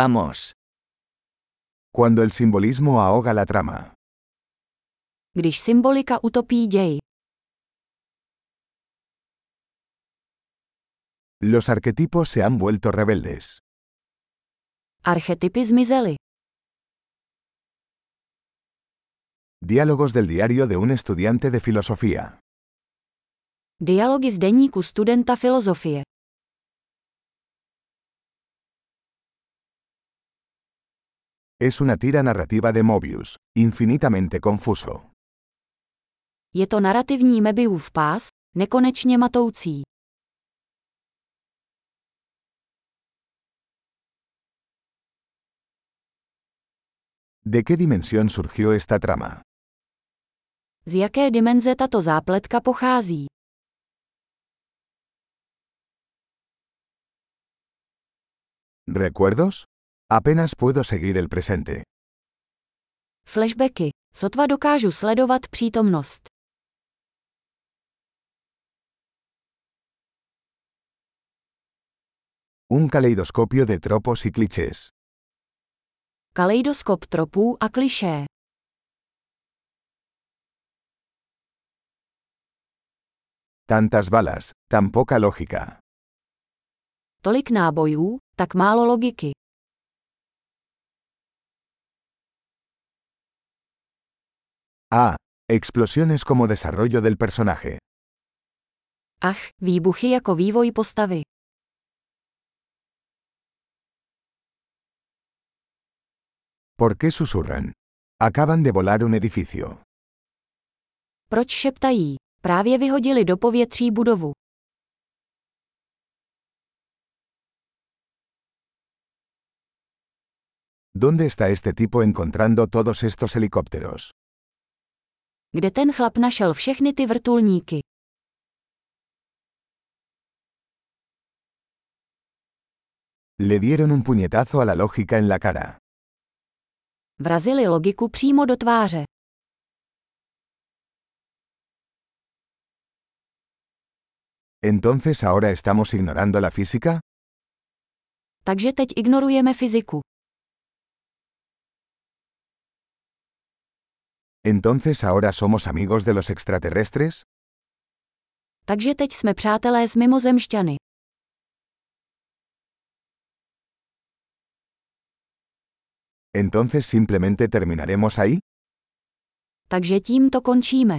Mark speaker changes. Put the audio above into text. Speaker 1: Vamos.
Speaker 2: Cuando el simbolismo ahoga la trama.
Speaker 3: Když symbolika utopí děj,
Speaker 2: Los arquetipos se han vuelto rebeldes.
Speaker 3: archetypy zmizely.
Speaker 2: Diálogos del diario de un estudiante de filosofía.
Speaker 3: Dialogy z deníku studenta filozofie.
Speaker 2: Es una tira narrativa de Mobius, infinitamente confuso.
Speaker 3: Je to narrativní Mebiův pás, nekonečně matoucí.
Speaker 2: ¿De qué dimensión surgió esta trama?
Speaker 3: Z jaké dimenze tato zápletka pochází?
Speaker 2: ¿Recuerdos? Apenas puedo seguir el presente.
Speaker 3: Flashbacky. Sotva dokážu sledovat přítomnost.
Speaker 2: Un caleidoscopio de tropos y clichés.
Speaker 3: Kaleidoskop tropů a klišé.
Speaker 2: Tantas balas, tan poca lógica.
Speaker 3: Tolik nábojů, tak málo logiky.
Speaker 2: Ah, explosiones como desarrollo del personaje.
Speaker 3: Ach, výbuchy jako vývoj postavy.
Speaker 2: ¿Por qué susurran? Acaban de volar un edificio.
Speaker 3: Proč šeptají? Právě vyhodili do povětří budovu.
Speaker 2: ¿Dónde está este tipo encontrando todos estos helicópteros?
Speaker 3: Kde ten chlap našel všechny ty vrtulníky?
Speaker 2: Le dieron un puñetazo a la lógica en la cara.
Speaker 3: Vrazili logiku přímo do tváře.
Speaker 2: ¿Entonces ahora estamos ignorando la física?
Speaker 3: Takže teď ignorujeme fyziku.
Speaker 2: ¿Entonces ahora somos amigos de los extraterrestres?
Speaker 3: Takže teď jsme přátelé s mimozemšťany.
Speaker 2: ¿Entonces simplemente terminaremos ahí?
Speaker 3: Takže tím to končíme.